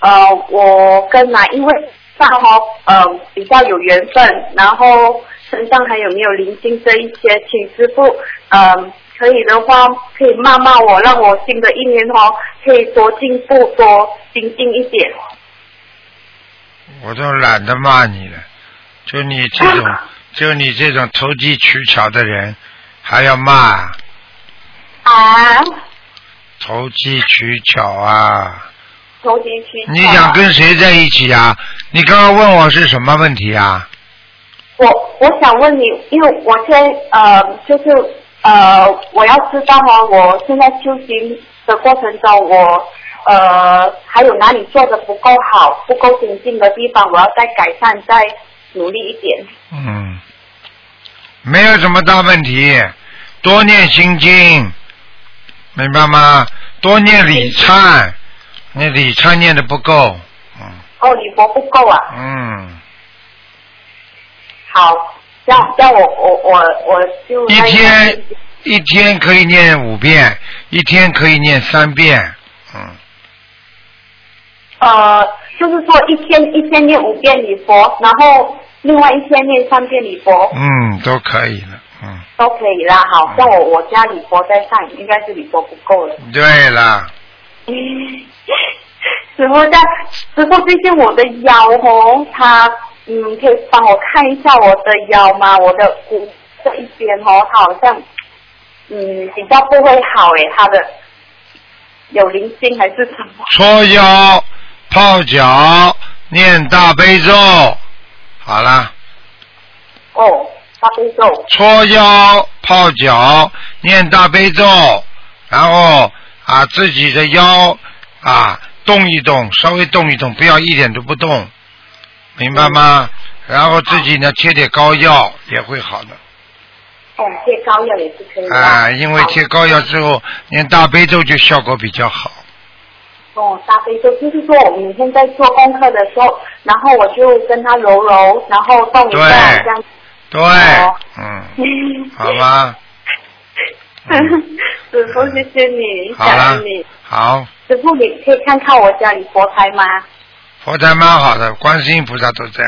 Speaker 6: 呃，我跟哪一位上哦，呃，比较有缘分，然后身上还有没有灵性这一些，请师傅，嗯、可以的话可以骂骂我，让我新的一年哦可以多进步，多精进一点。
Speaker 1: 我都懒得骂你了，就你这种，就你这种投机取巧的人，还要骂，
Speaker 6: 啊，
Speaker 1: 投机取巧啊！
Speaker 6: 投机取巧。
Speaker 1: 你
Speaker 5: 啊
Speaker 1: 想跟谁在一起啊？你刚刚问我是什么问题啊？
Speaker 6: 我我想问你，因为我现在呃，就是呃，我要知道哈，我现在修行的过程中，我呃还有哪里做的不够好、不够精进的地方，我要再改善、再努力一点。
Speaker 1: 嗯，没有什么大问题，多念心经，明白吗？多念礼忏，那礼忏念的不够，嗯
Speaker 6: 哦，你佛不够啊？
Speaker 1: 嗯，
Speaker 6: 好，这样这样我我我我就
Speaker 1: 一天一天可以念五遍，一天可以念三遍，嗯，
Speaker 6: 呃，就是说一天一天念五遍礼佛，然后另外一天念三遍礼佛。
Speaker 1: 嗯，都可以了，嗯，
Speaker 6: 都可以啦，好像嗯我我家里佛在上，应该是礼佛不够了。
Speaker 1: 对了，
Speaker 6: 师傅在，师傅最近我的腰哦，他嗯，可以帮我看一下我的腰吗？我的骨这一边哦，它好像嗯比较不会好诶，他的有灵性还是什么？
Speaker 1: 搓腰、泡脚、念大悲咒，好了。
Speaker 6: 哦，他背咒
Speaker 1: 搓腰、泡脚、念大悲咒，然后啊自己的腰啊动一动，稍微动一动，不要一点都不动，明白
Speaker 5: 嗯
Speaker 1: 吗？然后自己呢贴点膏药也会好的，
Speaker 6: 哦，
Speaker 5: 哎
Speaker 6: 贴膏药也是
Speaker 5: 嗯
Speaker 6: 可以的。
Speaker 1: 啊，因为
Speaker 6: 好
Speaker 1: 贴膏药之后念大悲咒就效果比较好，
Speaker 5: 跟我哦搭飞机，就是说我每天在做功课的时候，然后我就跟他揉揉，然后动一
Speaker 1: 对
Speaker 5: 下这样。
Speaker 1: 对，
Speaker 5: 哦
Speaker 1: 嗯，
Speaker 5: 嗯
Speaker 1: 好吧，
Speaker 5: [LAUGHS] 师傅，谢谢你，
Speaker 1: 好
Speaker 5: 感
Speaker 1: 了
Speaker 5: 恩你。，
Speaker 1: 好，
Speaker 5: 师傅，你可以看看我家里佛台吗？
Speaker 1: 佛台蛮好的，观世音菩萨都在，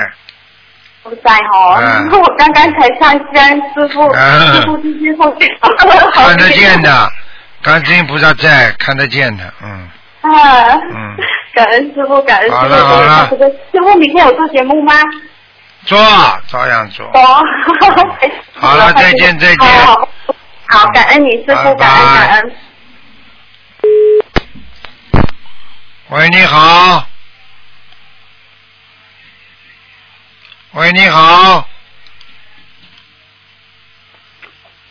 Speaker 5: 不在哦，
Speaker 1: 嗯
Speaker 5: 我刚刚才上香，师傅，
Speaker 1: 嗯
Speaker 5: 师傅今天后面
Speaker 1: 看得见的，观世音菩萨在，看得见的，嗯，
Speaker 5: 啊，
Speaker 1: 嗯
Speaker 5: 感恩师傅，感恩师
Speaker 1: 好
Speaker 5: 傅，
Speaker 1: 了好了
Speaker 5: 这个师傅明天有做节目吗？
Speaker 1: 做照样做，
Speaker 5: 哦，
Speaker 1: 好了再见再见
Speaker 5: 好，好好感恩你师傅，感恩
Speaker 1: 拜拜
Speaker 5: 感恩。
Speaker 1: 喂，你好。喂，你好，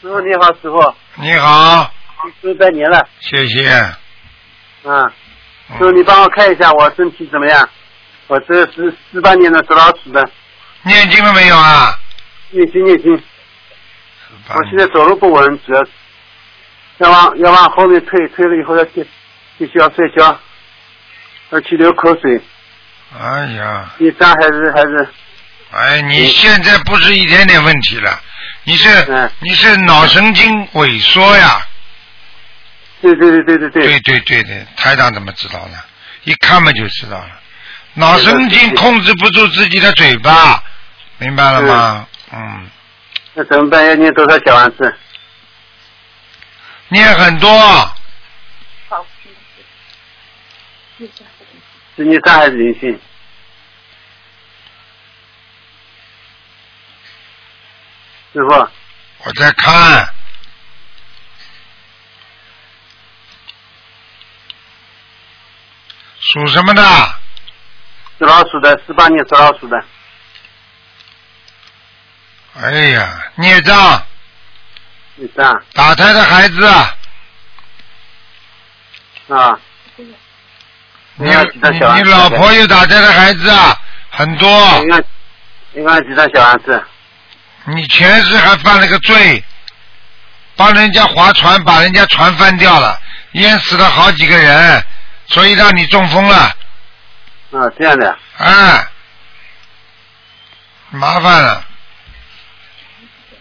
Speaker 7: 师傅你好，师傅，
Speaker 1: 你好，
Speaker 7: 师傅拜年了。
Speaker 1: 谢谢。
Speaker 7: 嗯，师傅
Speaker 1: 嗯
Speaker 7: 你帮我看一下我身体怎么样？我这是四八年的属老鼠的，
Speaker 1: 念经了没有啊？
Speaker 7: 念经念经，我现在走路不稳，主要是要往要往后面退，退了以后要必必须要睡觉，要去流口水，
Speaker 1: 哎呀，
Speaker 7: 你伤还是还是
Speaker 1: 哎，你现在不是一点点问题了，你是
Speaker 7: 嗯
Speaker 1: 你是脑神经萎缩呀？
Speaker 7: 对对对对对
Speaker 1: 对对对对，台长怎么知道呢？一看嘛就知道了，脑神经控制不住自己的嘴巴，明白了吗？嗯，
Speaker 7: 那怎么办？要念多少小丸子？
Speaker 1: 念很多，
Speaker 7: 是孽障还是灵性？师傅，
Speaker 1: 我在看。属什么的？
Speaker 7: 属老鼠的，十八年属老鼠的，
Speaker 1: 哎呀，孽障，
Speaker 7: 孽障
Speaker 1: 打胎的孩子，
Speaker 7: 啊。
Speaker 1: 你
Speaker 7: 要几张小
Speaker 1: 你
Speaker 7: 丸子？
Speaker 1: 老婆有打胎的孩子啊，很多
Speaker 7: 一。共一共几张小丸子？
Speaker 1: 你前世还犯了个罪，帮人家划船，把人家船翻掉了，淹死了好几个人，所以让你中风了，
Speaker 7: 啊，这样的，
Speaker 1: 哎，麻烦了。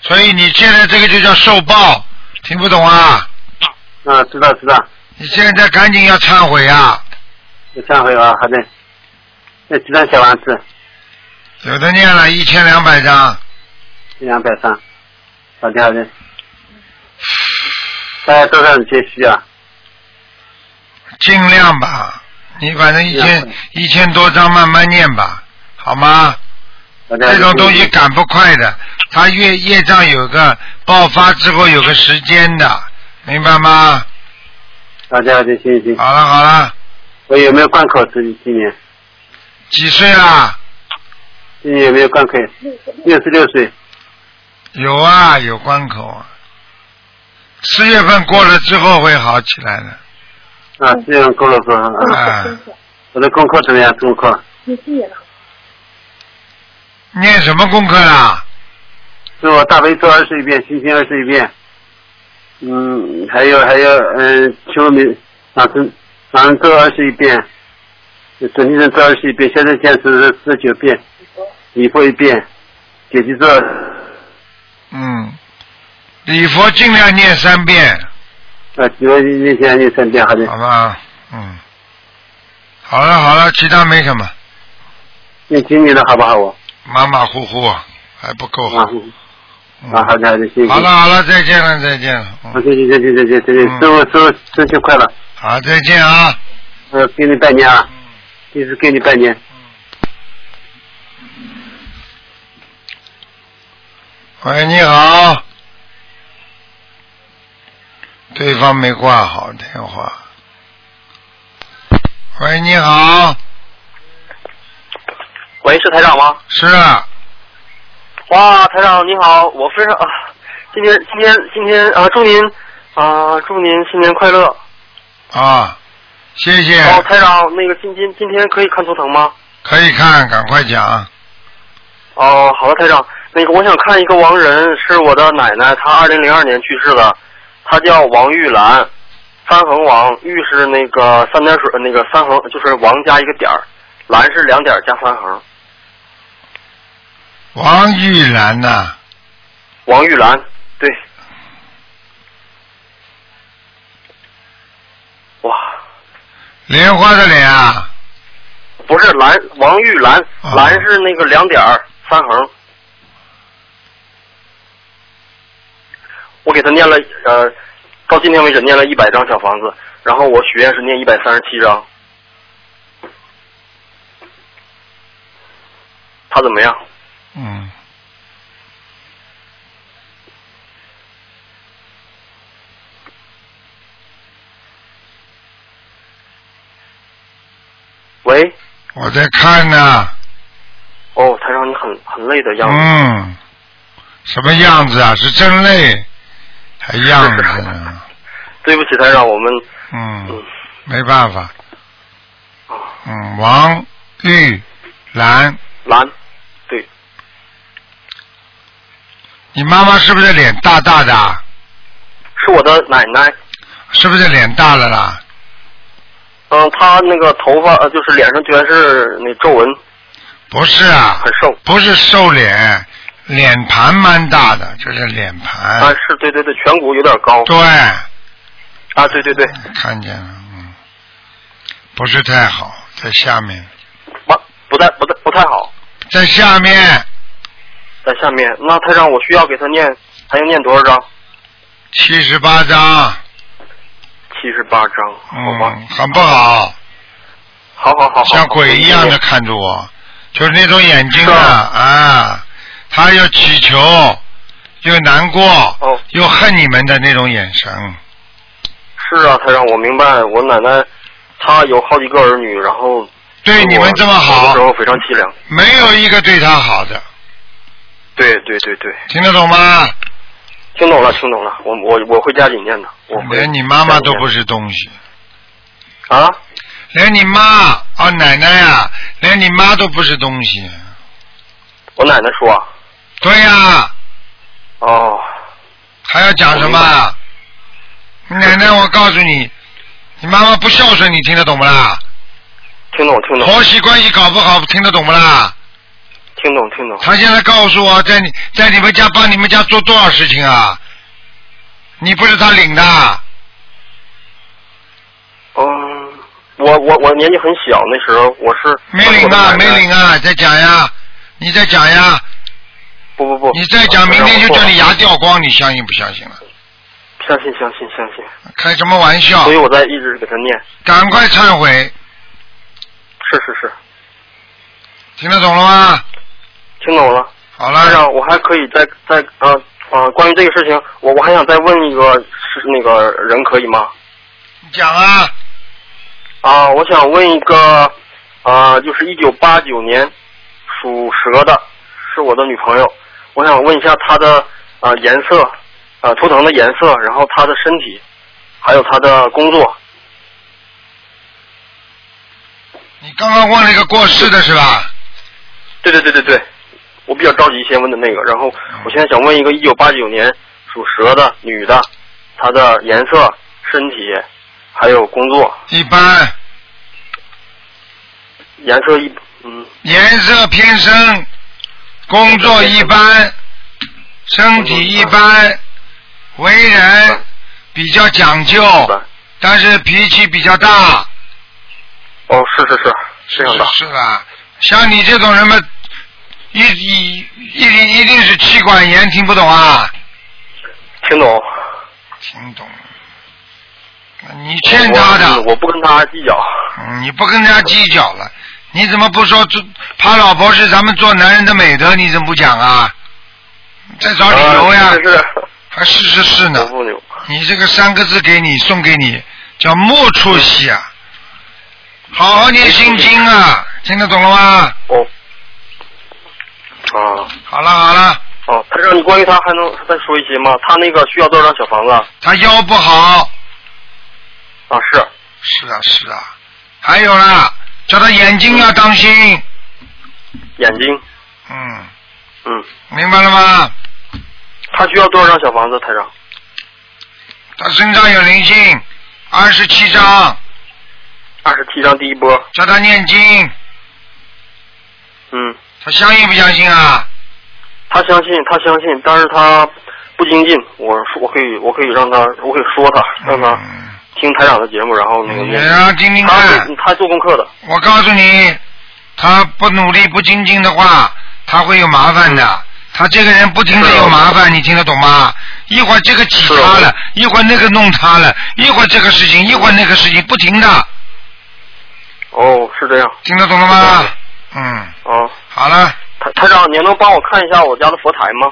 Speaker 1: 所以你现在这个就叫受报，听不懂啊？
Speaker 7: 啊，知道知道，
Speaker 1: 你现在赶紧要忏悔啊！
Speaker 7: 我忏悔啊，好的。那几张小丸子？
Speaker 1: 有的念了一千两百张，
Speaker 7: 两百张。好的好的。大概多少时间需要？
Speaker 1: 尽量吧，你反正一千
Speaker 7: 嗯
Speaker 1: 一千多张慢慢念吧，好吗？
Speaker 7: 好的。
Speaker 1: 这种东西赶不快的，它业业障有个爆发之后有个时间的，明白吗？
Speaker 7: 好的好的，行行。
Speaker 1: 好了好了，
Speaker 7: 我有没有贯口子？今年
Speaker 1: 几岁啦？
Speaker 7: 今年有没有贯口？六十六岁。
Speaker 1: 有啊，有关口啊。四月份过了之后会好起来的，
Speaker 7: 啊，这样够了够了。啊
Speaker 1: 啊、
Speaker 7: 我的功课怎么样？功课？
Speaker 1: 念什么功课啦？
Speaker 7: 是我大悲咒二十一遍，心经二十一遍，嗯，还有还有，嗯，求明往生往生咒二十一遍，准提神咒二十一遍，现在坚持是四十九遍，礼佛一遍，解结咒
Speaker 1: 嗯，礼佛尽量念三遍，
Speaker 7: 啊，几位念起来念三遍，好的
Speaker 1: 好，吧？嗯，好了好了，其他没什么，
Speaker 7: 念经你了好不好？我
Speaker 1: 马马虎虎还不够好
Speaker 7: 啊。
Speaker 1: 哦嗯
Speaker 7: 啊，好的好的，谢谢。
Speaker 1: 好了，好了，再见了再见了，
Speaker 7: 好，
Speaker 1: 嗯，
Speaker 7: 谢谢谢谢谢谢谢谢，
Speaker 1: 嗯
Speaker 7: 师傅师傅生日快乐，
Speaker 1: 好再见啊。
Speaker 7: 呃，给你拜年
Speaker 1: 嗯
Speaker 7: 啊，一直给你拜年。
Speaker 1: 喂，你好。对方没挂好电话。喂，你好，
Speaker 8: 喂，是台长吗？
Speaker 1: 是啊，
Speaker 8: 哇，台长你好，我非常啊，今天今天今天啊，祝您啊，祝您新年快乐。
Speaker 1: 啊，谢谢，
Speaker 8: 哦，台长，那个今今今天可以看图腾吗？
Speaker 1: 可以看，赶快讲。
Speaker 8: 哦，好的，台长，那个我想看一个亡人，是我的奶奶，她二零零二年去世的，她叫王玉兰，
Speaker 7: 三横王，玉是那个三点水那个三横，就是王加一个点儿，蓝是两点儿加三横，
Speaker 1: 王玉兰呐、
Speaker 7: 王玉兰，对。哇，
Speaker 1: 莲花的莲啊，
Speaker 7: 不是蓝，王玉兰，蓝是那个两点儿三横。我给他念了呃，到今天为止念了一百张小房子，然后我许愿是念一百三十七张。他怎么样？
Speaker 1: 嗯，喂，我在看呢、
Speaker 7: 哦，台长你很很累的样子。
Speaker 1: 嗯，什么样子啊？是真累，还样子呢？
Speaker 7: 对不起，台长，我们
Speaker 1: 嗯，没办法。嗯，王玉兰，
Speaker 7: 蓝，对，
Speaker 1: 你妈妈是不是脸大大的啊？
Speaker 7: 是我的奶奶。
Speaker 1: 是不是脸大了啦？
Speaker 7: 嗯，她那个头发呃，就是脸上全是那皱纹，
Speaker 1: 不是啊，
Speaker 7: 很瘦。
Speaker 1: 不是瘦脸，脸盘蛮大的，就是脸盘。
Speaker 7: 啊，是对对对，颧骨有点高。
Speaker 1: 对，
Speaker 7: 啊，对对对，
Speaker 1: 看见了，嗯，不是太好，在下面，
Speaker 7: 不太不太不太好，
Speaker 1: 在下面
Speaker 7: 在下面。那台长，我需要给他念，还要念多少章？
Speaker 1: 七十八章，
Speaker 7: 七十八章。
Speaker 1: 嗯，很不好，
Speaker 7: 好好好好。
Speaker 1: 像鬼一样的看着我，就是那种眼睛啊啊，他又祈求，又难过，
Speaker 7: 哦
Speaker 1: 又恨你们的那种眼神。
Speaker 7: 是啊，台长，我明白，我奶奶她有好几个儿女，然后
Speaker 1: 对你们这么好
Speaker 7: 有的时候非常凄凉。
Speaker 1: 没有一个对他好的，
Speaker 7: 对对对对，
Speaker 1: 听得懂吗？
Speaker 7: 听懂了，听懂了，我我我会加紧念的，我会
Speaker 1: 连你妈妈都不是东西，
Speaker 7: 啊，
Speaker 1: 连你妈哦奶奶啊，连你妈都不是东西。
Speaker 7: 我奶奶说啊，
Speaker 1: 对呀、
Speaker 7: 哦，
Speaker 1: 还要讲什么啊？奶奶，我告诉你，你妈妈不孝顺，你听得懂不啦？
Speaker 7: 听懂听懂，
Speaker 1: 婆媳关系搞不好，听得懂不啦？
Speaker 7: 听懂听懂，
Speaker 1: 她现在告诉我在你在你们家帮你们家做多少事情啊？你不是她领的，啊
Speaker 7: 嗯，我我我年纪很小，那时候我是
Speaker 1: 没领啊，没领啊，再讲呀，你再讲呀，
Speaker 7: 不不不，
Speaker 1: 你再讲，明天就叫你牙掉光，你相信不相信了？
Speaker 7: 相信相信相信，
Speaker 1: 开什么玩笑
Speaker 7: 所以？我在一直给他念，
Speaker 1: 赶快忏悔，
Speaker 7: 是是是，
Speaker 1: 听得懂了吗？
Speaker 7: 听懂了。
Speaker 1: 好
Speaker 7: 了，让我还可以再再呃呃，关于这个事情，我我还想再问一个是那个人可以吗？
Speaker 1: 你讲啊，
Speaker 7: 啊，我想问一个啊，就是一九八九年属蛇的，是我的女朋友，我想问一下她的啊颜色，啊图腾的颜色，然后她的身体，还有她的工作。
Speaker 1: 你刚刚问了一个过世的是吧？
Speaker 7: 对对对对对，我比较着急先问的那个，然后我现在想问一个一九八九年属蛇的女的，她的颜色、身体，还有工作，
Speaker 1: 一般
Speaker 7: 颜色一嗯
Speaker 1: 颜色偏深，工作一般，身体一般，为人比较讲究，但是脾气比较大。
Speaker 7: 哦，是是是，
Speaker 1: 是样的。是啊，像你这种人嘛，一一一定一定是妻管严，听不懂啊？
Speaker 7: 听懂。
Speaker 1: 听懂。你欠他的
Speaker 7: 我我不跟她计较。
Speaker 1: 嗯你不跟人家计较了，你怎么不说做怕老婆是咱们做男人的美德？你怎么不讲啊？再找理由呀
Speaker 7: 啊是
Speaker 1: [LAUGHS]
Speaker 7: 是是
Speaker 1: 还是是是呢？你这个三个字给你送给你，叫莫出息啊！好好念心经啊，听得懂了吗？
Speaker 7: 哦。啊。
Speaker 1: 好了好了。
Speaker 7: 哦，他让你关于他还能再说一些吗？他那个需要多少张小房子啊？
Speaker 1: 他腰不好。
Speaker 7: 啊，是。
Speaker 1: 是啊是啊，还有啦，叫他眼睛要当心，
Speaker 7: 眼睛。
Speaker 1: 嗯。
Speaker 7: 嗯。
Speaker 1: 明白了吗？
Speaker 7: 他需要多少张小房子，台长？
Speaker 1: 他身上有灵性，二十七章，
Speaker 7: 二十七章第一波，
Speaker 1: 叫他念经。
Speaker 7: 嗯，
Speaker 1: 他相信不相信啊？
Speaker 7: 他相信，他相信，但是他不精进。我说我可以，我可以让他，我可以说他，让他
Speaker 1: 嗯
Speaker 7: 听台长的节目，然后那个
Speaker 1: 你
Speaker 7: 念。
Speaker 1: 让他听听看
Speaker 7: 他他做功课的，
Speaker 1: 我告诉你，他不努力不精进的话，他会有麻烦的。他这个人不停的有麻烦，你听得懂吗？一会儿这个挤他
Speaker 7: 啊
Speaker 1: 了，一会儿那个弄他了，一会儿这个事情，一会儿那个事情，不停的，
Speaker 7: 哦，是这样。
Speaker 1: 听得懂了吗？嗯，
Speaker 7: 哦，
Speaker 1: 好了，
Speaker 7: 台台长，您能帮我看一下我家的佛台吗？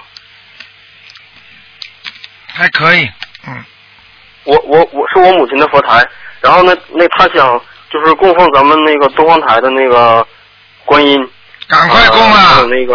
Speaker 1: 还可以。嗯
Speaker 7: 我我我是我母亲的佛台，然后呢，那她想就是供奉咱们那个东方台的那个观音，
Speaker 1: 赶快供啊！
Speaker 7: 还有那个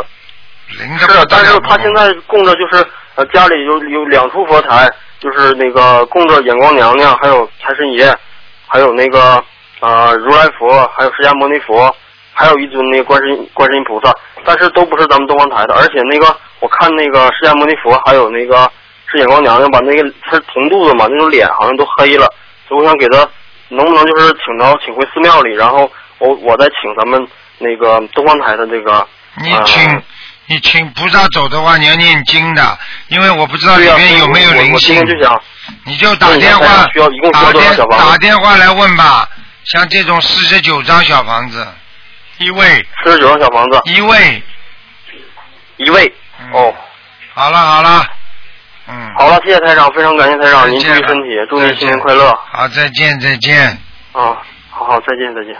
Speaker 1: 灵
Speaker 7: 是啊，但是她现在供着就是呃家里有有两处佛台，就是那个供着眼光娘娘，还有财神爷，还有那个呃如来佛，还有释迦牟尼佛，还有一尊那个观世音观世音菩萨，但是都不是咱们东方台的，而且那个我看那个释迦牟尼佛还有那个是眼光娘娘把那个她铜肚子嘛，那种脸好像都黑了，所以我想给她能不能就是请到请回寺庙里，然后我我再请咱们那个东方台的这个
Speaker 1: 你请、
Speaker 7: 啊
Speaker 1: 你请菩萨走的话，你要念经的，因为我不知道里面有没有灵性。
Speaker 7: 我今天就想，
Speaker 1: 你就打电话
Speaker 7: 问一下需要一共需
Speaker 1: 打
Speaker 7: 要多少
Speaker 1: 电
Speaker 7: 小房子
Speaker 1: 打电话来问吧。像这种四十九张小房子，一位
Speaker 7: 四十九张小房子，
Speaker 1: 一位
Speaker 7: 一位、
Speaker 1: 嗯
Speaker 7: 哦，
Speaker 1: 好了好了，嗯，
Speaker 7: 好了，谢谢台长，非常感谢台长，
Speaker 1: 再
Speaker 7: 您注
Speaker 1: 见
Speaker 7: 意
Speaker 1: 了
Speaker 7: 身体，祝您
Speaker 1: 再见
Speaker 7: 新年快乐
Speaker 1: 好，再见再见。
Speaker 7: 啊！好好，再见再见。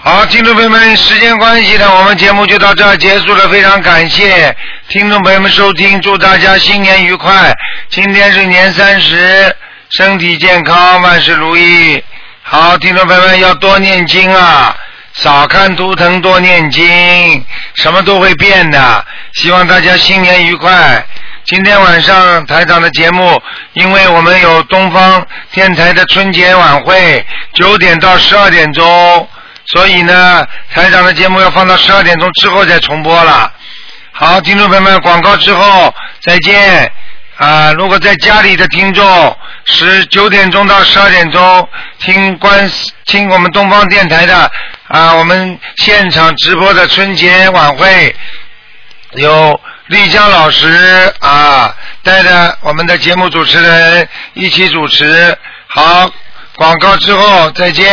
Speaker 1: 好，听众朋友们，时间关系呢，我们节目就到这儿结束了。非常感谢听众朋友们收听，祝大家新年愉快！今天是年三十，身体健康，万事如意。好，听众朋友们要多念经啊，少看图腾，多念经，什么都会变的。希望大家新年愉快。今天晚上台长的节目，因为我们有东方电台的春节晚会，九点到十二点钟。所以呢，台长的节目要放到十二点钟之后再重播了。好，听众朋友们，广告之后再见。啊、如果在家里的听众，十九点钟到十二点钟听关听我们东方电台的啊、我们现场直播的春节晚会，有丽江老师啊，带着我们的节目主持人一起主持。好，广告之后再见。